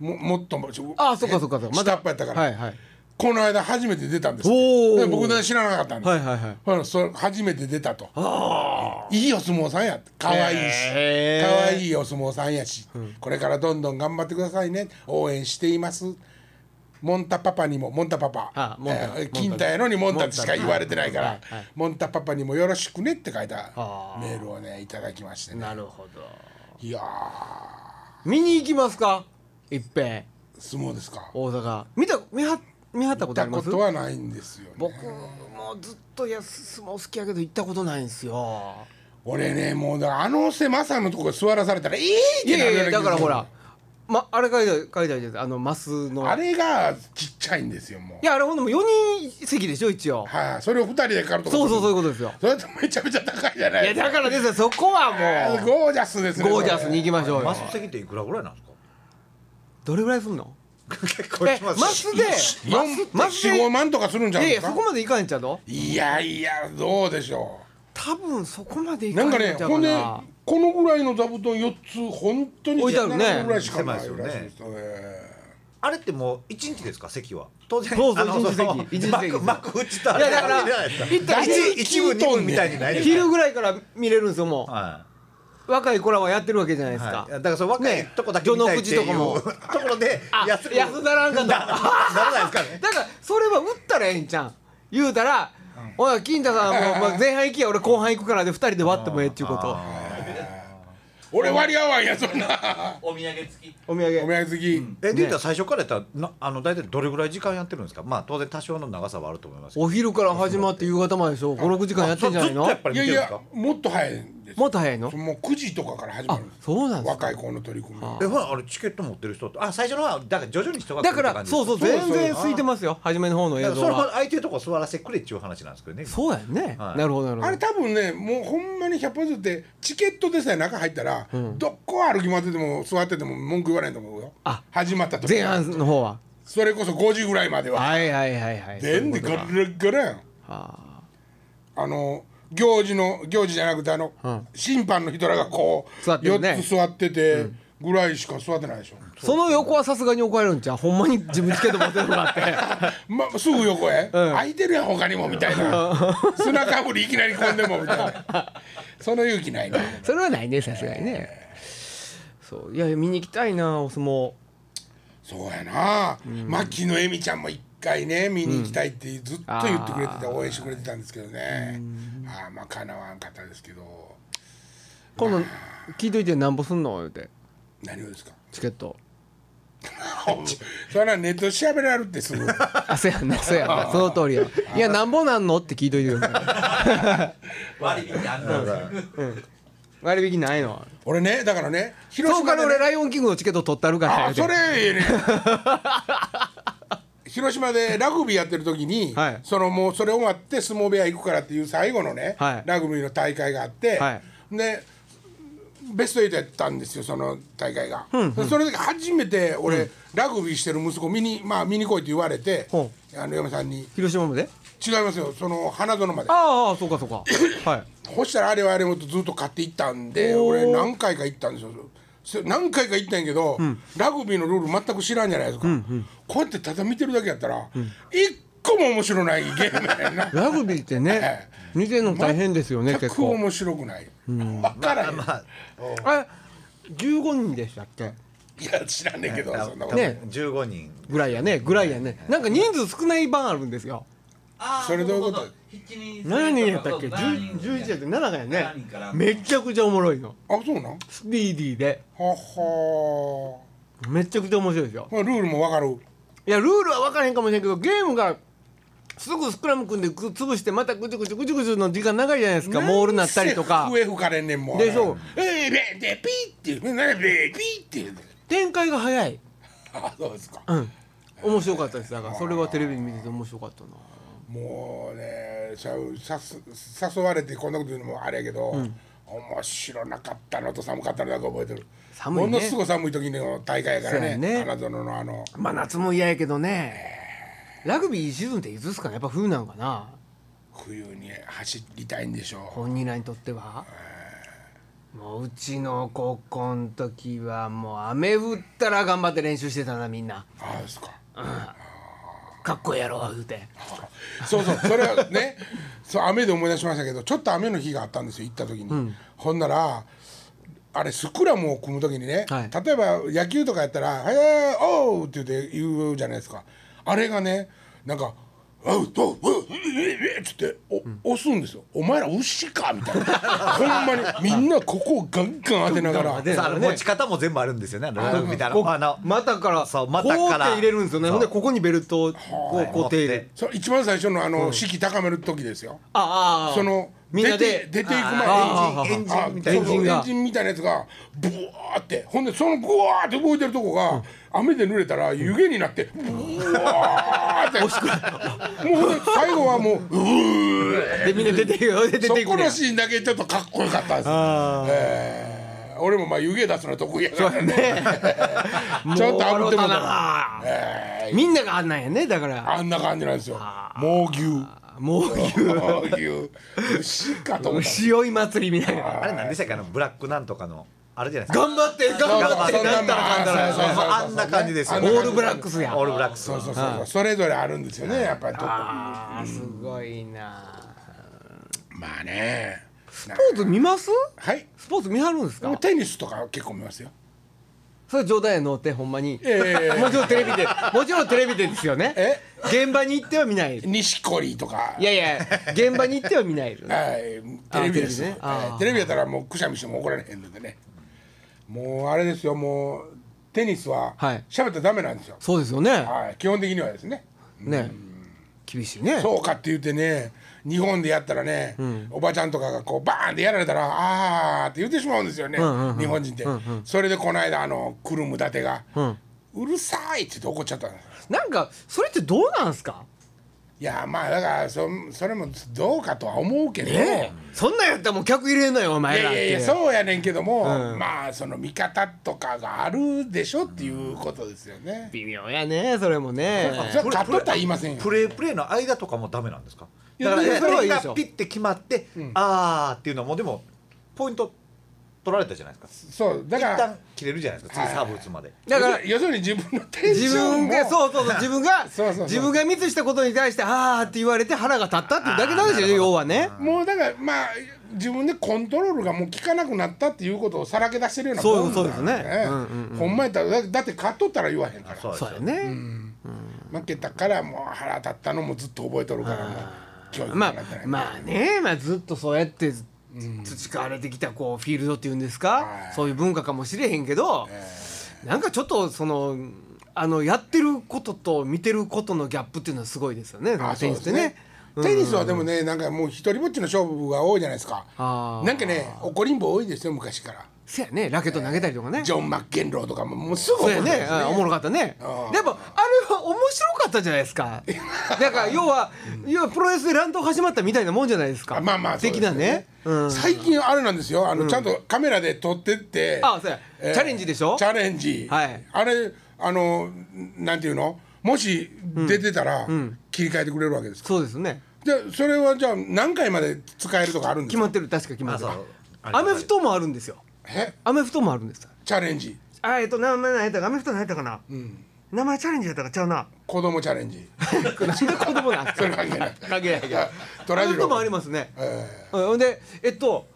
Speaker 1: ももっとも
Speaker 2: あそっかそっかそっかま
Speaker 1: ま
Speaker 2: だ
Speaker 1: 下っ端やったから、
Speaker 2: はいはい
Speaker 1: この間初めて出たんです
Speaker 2: おー
Speaker 1: で僕ね知らなかったんです、
Speaker 2: はいはいはい
Speaker 1: ほらそれ初めて出たといいお相撲さんや可愛いし
Speaker 2: へー
Speaker 1: 可愛いお相撲さんやし、これからどんどん頑張ってくださいね応援していますモンタパパにもモンタパパ
Speaker 2: あモンタ
Speaker 1: えー金太やのにモンタってしか言われてないから
Speaker 2: モンタはいはい
Speaker 1: モンタパパにもよろしくねって書いた
Speaker 2: あー
Speaker 1: メールをねいただきましてね
Speaker 2: なるほど
Speaker 1: いや
Speaker 2: 見に行きますか一平
Speaker 1: ー相撲ですか
Speaker 2: 大阪見た見は見はった
Speaker 1: 見
Speaker 2: こと
Speaker 1: た
Speaker 2: あり
Speaker 1: こ
Speaker 2: ます
Speaker 1: とはないんですよね
Speaker 2: 僕もずっとや相撲好きやけど行ったことないんですよ
Speaker 1: 俺ねもうだあの狭さのとこ座らされたら「えー!」っ
Speaker 2: いや
Speaker 1: てな
Speaker 2: い
Speaker 1: る
Speaker 2: や
Speaker 1: ような
Speaker 2: いやだ
Speaker 1: 気
Speaker 2: か
Speaker 1: が
Speaker 2: ら
Speaker 1: する
Speaker 2: ほらまあれ書いてある書いてあるじゃないですかあのマスの
Speaker 1: あれがちっちゃいんですよも
Speaker 2: いやあれほんでも4人席でしょ一応
Speaker 1: うはい、それを二人で買うと
Speaker 2: そうそうそういう
Speaker 1: う
Speaker 2: ことですよ
Speaker 1: それってめちゃめちゃ高いじゃない
Speaker 2: いやだからですよそこはも
Speaker 1: ゴージャスです
Speaker 2: う
Speaker 1: ね
Speaker 2: ゴージャスに行きましょうよ
Speaker 3: マス席っていくらぐらいなんですか
Speaker 2: どれぐらいすんの
Speaker 3: 結
Speaker 2: え
Speaker 3: 構しま
Speaker 2: マ
Speaker 3: す
Speaker 2: スでマスで
Speaker 1: 45万とかするんじゃ
Speaker 2: い
Speaker 1: な
Speaker 2: や
Speaker 1: い
Speaker 2: い
Speaker 1: で
Speaker 2: や
Speaker 1: すか
Speaker 2: そこまでいかへんちゃうの
Speaker 1: いやいやどうでしょ
Speaker 2: 多分そこまでいうか
Speaker 1: なん
Speaker 2: へん
Speaker 1: か
Speaker 2: ちゃ
Speaker 1: ね
Speaker 2: うかな
Speaker 1: ほんでこのぐらいの座布団4つ本当に
Speaker 2: 置いてあるね
Speaker 1: 7個ぐらいしかない
Speaker 3: 狭い
Speaker 1: ら
Speaker 3: で
Speaker 1: し
Speaker 3: す
Speaker 1: い
Speaker 3: よ
Speaker 1: で
Speaker 3: ね
Speaker 1: すよね
Speaker 3: あれってもう一日ですか席は当然
Speaker 2: そうそう
Speaker 3: あの
Speaker 2: 一日席
Speaker 3: その
Speaker 2: 一日席
Speaker 3: 幕幕打ちた
Speaker 2: いやだから
Speaker 3: あれじゃないです
Speaker 2: 行ったら
Speaker 3: 一一部二部みたいにないですか
Speaker 2: 昼ぐらいから見れるんですよも
Speaker 3: は
Speaker 2: う若い子らはやってるわけじゃない
Speaker 3: い
Speaker 2: ですか
Speaker 3: はいだからその若い
Speaker 2: ね
Speaker 3: とこだけ見たいってい
Speaker 2: 序の
Speaker 3: う
Speaker 2: 口と
Speaker 3: ところで
Speaker 2: あ
Speaker 3: 安く
Speaker 2: 安ならんかった
Speaker 3: なならないですかね
Speaker 2: だからそれは打ったらええんちゃん言うたら「おい金太さんもうまあ前半行きや俺後半行くから」で2人で割ってもええっちゅうこと
Speaker 1: 俺割り合わんやそんな
Speaker 4: お土産付き
Speaker 1: お
Speaker 2: お土産
Speaker 1: 土産好き、
Speaker 3: えで言ったら最初からやったらなあの大体どれぐらい時間やってるんですかまあ当然多少の長さはあると思いますけど
Speaker 2: お昼から始まって夕方まででしょ56時間やってんじゃない
Speaker 3: ずっと
Speaker 2: の
Speaker 3: やっぱ
Speaker 1: い
Speaker 3: り
Speaker 1: や
Speaker 3: 見て
Speaker 1: い
Speaker 3: るんですか
Speaker 1: やもっと早いんです
Speaker 2: もっと早いの
Speaker 1: もう9時とかから始ま
Speaker 2: あ
Speaker 1: るんです
Speaker 2: そうなんですか
Speaker 1: 若い子の取り組み
Speaker 3: えほらあれチケット持ってる人ってあ最初のはだから徐々に人が来る
Speaker 2: だ
Speaker 3: っ
Speaker 2: から
Speaker 3: て感じ
Speaker 2: そうそう
Speaker 1: そうそう
Speaker 2: 全然空いてますよ初めの方の映
Speaker 3: だから
Speaker 2: 像
Speaker 3: それは
Speaker 2: は
Speaker 3: 空いてるとこ座らせてくれっていう話なんですけどね今
Speaker 2: そうやんね
Speaker 3: はい
Speaker 2: なるほどな
Speaker 1: あ
Speaker 2: る
Speaker 1: れ多分ねもうほんまに100歩ずってチケットでさえ中入ったら、どこ歩き回ってても座ってても文句言わないと思うよ
Speaker 2: あ
Speaker 1: 始まった
Speaker 2: ほど
Speaker 1: 時
Speaker 2: 前半の方は
Speaker 1: それこそ5時ぐらいまでは
Speaker 2: はいはいはいはい
Speaker 1: でんで
Speaker 2: そう
Speaker 1: ガ
Speaker 2: いう
Speaker 1: ラ
Speaker 2: ことか
Speaker 1: ガラやん
Speaker 2: あ
Speaker 1: あの行事の行事じゃなくてあの、
Speaker 2: うん
Speaker 1: 審判の人らがこう
Speaker 2: 座ってるね
Speaker 1: 4つ座っててぐらいしか座ってないでしょ、
Speaker 2: ーその横はさすがに怒られるんちゃうほんまに自分チケット持ってるのがあって
Speaker 1: ま、すぐ横へ、空いてるやん他にもみたい な砂かぶりいきなり込んでもみたいなその勇気ないな
Speaker 2: それはないねさすがにねそういやいや見に行きたいなお相撲
Speaker 1: そうやな、牧野恵美ちゃんも一回ね見に行きたいってずっと言ってくれてて、応援してくれてたんですけどねああまあかなわんかったですけど
Speaker 2: 今度聞いといてなんぼすんの言うて
Speaker 1: 何をですか
Speaker 2: チケット
Speaker 1: それはネットで調べられるってすぐ
Speaker 2: あそうやんなそうやんなその通りやいやなんぼなんのって聞いといてください
Speaker 4: 割引あん
Speaker 3: だか
Speaker 4: の
Speaker 3: ら
Speaker 2: 割引ないの
Speaker 1: 俺ねだからね広
Speaker 2: そう
Speaker 1: 島
Speaker 2: か
Speaker 1: で
Speaker 2: の
Speaker 1: ね、
Speaker 2: 俺ライオンキングのチケット取ったるから
Speaker 1: あ
Speaker 2: 言
Speaker 1: あ
Speaker 2: うて
Speaker 1: それいいね広島でラグビーやってる時に、
Speaker 2: はい
Speaker 1: そのもうそれ終わって相撲部屋行くからっていう最後のね、
Speaker 2: はい
Speaker 1: ラグビーの大会があって、
Speaker 2: はい
Speaker 1: でベスト8やったんですよその大会が、それで初めて俺、ラグビーしてる息子見に,、まあ、見に来いって言われて、
Speaker 2: ほ
Speaker 1: あの嫁さんに
Speaker 2: 広島まで
Speaker 1: 「違いますよその花園まで」
Speaker 2: ああそうかそうか はい
Speaker 1: ほしたらあれはあれもとずっと買っていったんで俺何回か行ったんですよせ何回か行ったんやけど、ラグビーのルール全く知らんじゃないですか、こうやってただ見てるだけやったら、一個も面白ないゲームやねんな
Speaker 2: ラグビーってね見てるの大変ですよね
Speaker 1: 全
Speaker 2: 結
Speaker 1: く
Speaker 2: 構
Speaker 1: 面白くない、分からへん、
Speaker 2: あ15人でしたっけ
Speaker 1: いや知らんねんけど、
Speaker 3: 多
Speaker 1: そんなこと、
Speaker 3: 分
Speaker 2: ね
Speaker 3: 15人
Speaker 2: ぐらいやねぐらいやねなんか人数少ない番あるんですよ
Speaker 4: あー
Speaker 1: それどういうこと
Speaker 4: 7
Speaker 2: 何人やったっけ
Speaker 4: 10
Speaker 2: 10 11やって7がやね
Speaker 4: 7から
Speaker 2: めちゃくちゃおもろいの
Speaker 1: あそうなんは
Speaker 2: スピーディーで
Speaker 1: は
Speaker 2: めちゃくちゃ面白いですよ
Speaker 1: まあルールも分かる
Speaker 2: いやルールは分からへんかもしれんけどゲームがすぐスクラム組んでく潰してまたぐちゅぐちゅぐちゅぐちゅの時間長いじゃないですかモールなったりとか
Speaker 1: 笛吹かれんねんもん
Speaker 2: でしょ
Speaker 1: えー、べでピーってなんでべピーって言うねん
Speaker 2: 展開が早い
Speaker 1: あそうですか
Speaker 2: うん面白かったですだからそれはテレビで見てて面白かったな
Speaker 1: もうねちゃうさす誘われてこんなこと言うのもあれやけど、面白なかったのと寒かったのだけ覚えてる
Speaker 2: 寒いね
Speaker 1: ものすごい寒い時の大会やから
Speaker 2: そう
Speaker 1: ね
Speaker 2: やね
Speaker 1: 花園のあの
Speaker 2: まあ夏も嫌やけどねラグビーいいシーズンっていつですかねやっぱ冬なんかな
Speaker 1: 冬に走りたいんでしょ
Speaker 2: 本人らにとってはもううちの高校の時はもう雨降ったら頑張って練習してたなみんな
Speaker 1: うああですか
Speaker 2: かっこいいやろ言うて
Speaker 1: そうそうそれはねそう雨で思い出しましたけどちょっと雨の日があったんですよ行った時に、ほんならあれスクラムを組む時にね、
Speaker 2: はい
Speaker 1: 例えば野球とかやったら「えー、おう!」って言うて言うじゃないですかあれがねなんか「アウトウウえっつってお、押すんですよ「お前ら牛か」みたいな ほんまにみんなここをガンガン当てながら
Speaker 2: で
Speaker 3: さあの
Speaker 2: ね
Speaker 3: 持ち方も全部あるんですよねあのラグビーみたい
Speaker 2: こう
Speaker 3: なあの
Speaker 2: 股から
Speaker 3: そう股から
Speaker 2: こうって入れるんですよね
Speaker 3: そ
Speaker 2: ほ
Speaker 3: う
Speaker 2: んでここにベルトをこ
Speaker 3: はいう
Speaker 2: 固定で
Speaker 1: それ一番最初のあの、士気高める時ですよ。
Speaker 2: ああ
Speaker 1: その
Speaker 2: みんなで
Speaker 1: 出て出ていく前
Speaker 2: あー
Speaker 1: に
Speaker 3: エンジンエンジンみたいな
Speaker 1: あそうそう
Speaker 2: エンジンが
Speaker 1: エンジンみたいなやつがブワーってほんでそのブワーって動いてるとこが雨で濡れたら湯気になってブワーってもうほんで最後はもううー
Speaker 2: でみんな出ていく 出
Speaker 1: そ
Speaker 2: てい
Speaker 1: こ
Speaker 2: く
Speaker 1: の
Speaker 2: ね
Speaker 1: シーンだけちょっとかっこよかったんですよえー俺もまあ湯気出すの得意やからね ちょっと炙っても
Speaker 2: も
Speaker 1: うた
Speaker 2: な
Speaker 1: えー
Speaker 2: みんながあんなんやねだから
Speaker 1: あんな感じなんですよ猛牛
Speaker 2: もういう
Speaker 1: 猛牛牛かと思った
Speaker 2: 潮い祭りみたいな
Speaker 3: あれ何でしたっけあのブラックなんとかのあれじゃないですか
Speaker 2: 頑張って頑張って
Speaker 1: そんな
Speaker 2: なんたらかんたら
Speaker 1: そうそうそう
Speaker 3: あんな感じですよ
Speaker 1: あん
Speaker 2: オ
Speaker 1: な感じ
Speaker 2: ールブラックスや
Speaker 3: オールブラックス
Speaker 1: そうそうそうそう、それぞれあるんですよね、やっぱりと。ま
Speaker 2: あーすごいな
Speaker 1: あね。
Speaker 2: スポーツ見ます
Speaker 1: はい。
Speaker 2: スポーツ見はるんです
Speaker 1: でも
Speaker 2: か
Speaker 1: テニスとか結構見ますよ。
Speaker 2: それ冗談やのってほんまに
Speaker 1: え
Speaker 2: もちろんテレビでもちろんテレビでですよね
Speaker 1: え
Speaker 2: 現場に行っては見ない
Speaker 1: え、錦織とか。
Speaker 2: いやいや現場に行っては見ないです
Speaker 1: はい、テレビです
Speaker 2: あテレビね
Speaker 1: ね、
Speaker 2: あ
Speaker 1: はいテレビやったらもうくしゃみしても怒られへんのでね。もうあれですよ、もうテニスは
Speaker 2: はい
Speaker 1: 喋ったらダメなんですよ。
Speaker 2: そうですよね
Speaker 1: はい、基本的にはですね。
Speaker 2: ね厳しいね
Speaker 1: そうかって言ってね日本でやったらね、おばちゃんとかがこうバーンってやられたら「あー」って言ってしまうんですよね、
Speaker 2: んうんうん
Speaker 1: 日本人って、それでこの間あのクルム伊達が、うるさい」って言って怒っちゃったんです
Speaker 2: なんかそれってどうなんすか
Speaker 1: いやまあだからそそれもどうかとは思うけど、
Speaker 2: ねそんなんやったらもう客入れんのよお
Speaker 1: い
Speaker 2: 前らっ
Speaker 1: やいやい
Speaker 2: て
Speaker 1: やそうやねんけども、まあその見方とかがあるでしょっていうことですよね、
Speaker 2: 微妙やねそれもね
Speaker 1: それは勝っとったら言いませんよ
Speaker 3: プレープレーの間とかもダメなんですか
Speaker 2: いや
Speaker 3: だから
Speaker 2: それはいいで
Speaker 3: が
Speaker 2: すよ
Speaker 3: ピッて決まって、あーっていうのはもうでもポイント取られたじゃないですか
Speaker 1: そうだ
Speaker 3: 一
Speaker 1: から
Speaker 3: 旦切れるじゃないですか次サーブ打つまで、
Speaker 2: だから
Speaker 1: 要するに自分のテンシ
Speaker 2: 自
Speaker 1: ョン
Speaker 2: 分
Speaker 1: も
Speaker 2: がそうそうそう自分が
Speaker 1: そうそうそう
Speaker 2: 自分がミスしたことに対してああって言われて腹が立ったっていうだけなんですよ要はね
Speaker 1: もうだからまあ自分でコントロールがもう効かなくなったっていうことをさらけ出してるような
Speaker 2: そう
Speaker 1: もんなん
Speaker 2: そうですねうん
Speaker 1: ほんまやったらだだって勝っとったら言わへんから
Speaker 3: そうです
Speaker 2: そ
Speaker 3: よ
Speaker 2: うやね
Speaker 1: 負けたからもう腹立ったのもずっと覚えとるからもう教育に
Speaker 2: ま
Speaker 1: な
Speaker 2: あ
Speaker 1: ってない、
Speaker 2: まあねまあずっとそうやって培われてきたこうフィールドっていうんですか
Speaker 1: はい
Speaker 2: そういう文化かもしれへんけどなんかちょっとそのあのやってることと見てることのギャップっていうのはすごいですよね
Speaker 1: あ
Speaker 2: テニスってね
Speaker 1: そうですねテニスはでもねなんかもう一人ぼっちの勝負が多いじゃないですか
Speaker 2: あー
Speaker 1: なんかね怒りんぼ多いですよ昔から
Speaker 2: せやねラケット投げたりとかね
Speaker 1: ジョン・マッケンローとかももうすぐ
Speaker 2: そう
Speaker 1: 覚え
Speaker 2: や
Speaker 1: て
Speaker 2: ねうんおもろかったね
Speaker 1: うん
Speaker 2: でもあれは面白かったじゃないですかだから要は要はプロレスで乱闘始まったみたいなもんじゃないですか
Speaker 1: あまあまあそうで
Speaker 2: 的
Speaker 1: すよ
Speaker 2: なねうん
Speaker 1: 最近あれなんですよあの、ちゃんとカメラで撮ってって
Speaker 2: あそうや
Speaker 1: えー
Speaker 2: チャレンジでしょ
Speaker 1: チャレンジ、
Speaker 2: はい
Speaker 1: あれあのなんていうのもし出てたら、切り替えてくれるわけですか
Speaker 2: そうですね
Speaker 1: じゃあそれはじゃあ何回まで使えるとかあるんです
Speaker 2: 決
Speaker 1: か
Speaker 2: まってる確か決まってる
Speaker 3: あそう
Speaker 2: アメフトもあるんですよ
Speaker 1: え
Speaker 2: アメフトもあるんです
Speaker 1: チャレンジ
Speaker 2: あえっと名前何やったかアメフト何やったかな名前チャレンジやったかちゃうな
Speaker 1: 子供チャレンジ
Speaker 2: それ子供なんです
Speaker 1: そ
Speaker 2: か
Speaker 1: れ関係ない
Speaker 2: 関係ないけど
Speaker 1: ト
Speaker 2: ア
Speaker 1: ラ
Speaker 2: メ
Speaker 1: ジ
Speaker 2: フト
Speaker 1: ロ
Speaker 2: もありますね
Speaker 1: え
Speaker 2: うんほんでえっと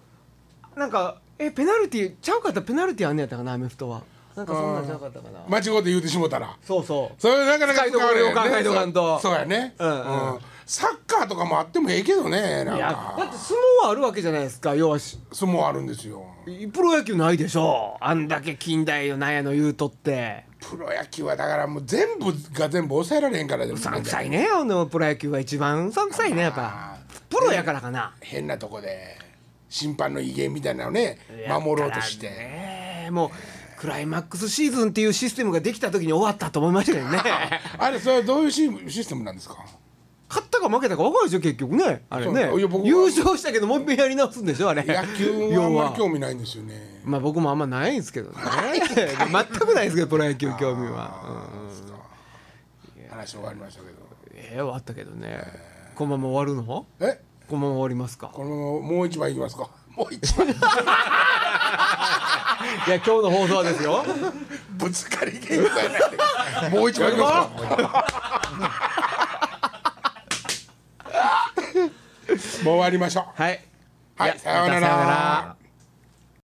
Speaker 2: なんかえペナルティちゃうかったらペナルティあんねやったかなアメフトはなんかそんなんちゃうかったかな
Speaker 1: ー間違って言うてしもたら
Speaker 2: そうそう
Speaker 1: それなかなか
Speaker 2: 使いどころを考えとかんと
Speaker 1: そうそうやね、
Speaker 2: うんうん
Speaker 1: うんサッカーとかもあってもええけどねなん
Speaker 2: いやだっ
Speaker 1: か
Speaker 2: て相撲はあるわけじゃないですか要はし
Speaker 1: 相撲あるんですよ
Speaker 2: プロ野球ないでしょあんだけ近代よなんやの言うとって
Speaker 1: プロ野球はだからもう全部が全部抑えられへんからで
Speaker 2: う
Speaker 1: も
Speaker 2: さんくさいねあのプロ野球が一番うさんくさいねやっぱプロやからかな
Speaker 1: 変なとこで審判の威厳みたいなのをね守ろうとして、
Speaker 2: やったらねもうクライマックスシーズンっていうシステムができた時に終わったと思いました けどね
Speaker 1: あれそれはどういうシシステムなんですか
Speaker 2: 勝ったか負けたか分かるでしょ結局ねあれね
Speaker 1: そういや僕は
Speaker 2: 優勝したけどもう一遍やり直すんでしょあれ
Speaker 1: 野球はあん
Speaker 2: 要
Speaker 1: まり興味ないんですよね
Speaker 2: まあ僕もあんまないんです けどね全くないですけどプロ野球興味は、うん
Speaker 1: 話終わりましたけど
Speaker 2: ええ終わったけどねこのまま終わるの
Speaker 1: え
Speaker 2: このまま終わりますか
Speaker 1: このままもう一枚いきますか もう一枚
Speaker 2: いや今日の放送はです よ
Speaker 1: ぶつかり喧嘩やないでもう一枚いきます かもう終わりましょう
Speaker 2: はい
Speaker 1: はい
Speaker 2: や
Speaker 1: さような
Speaker 2: また
Speaker 1: ら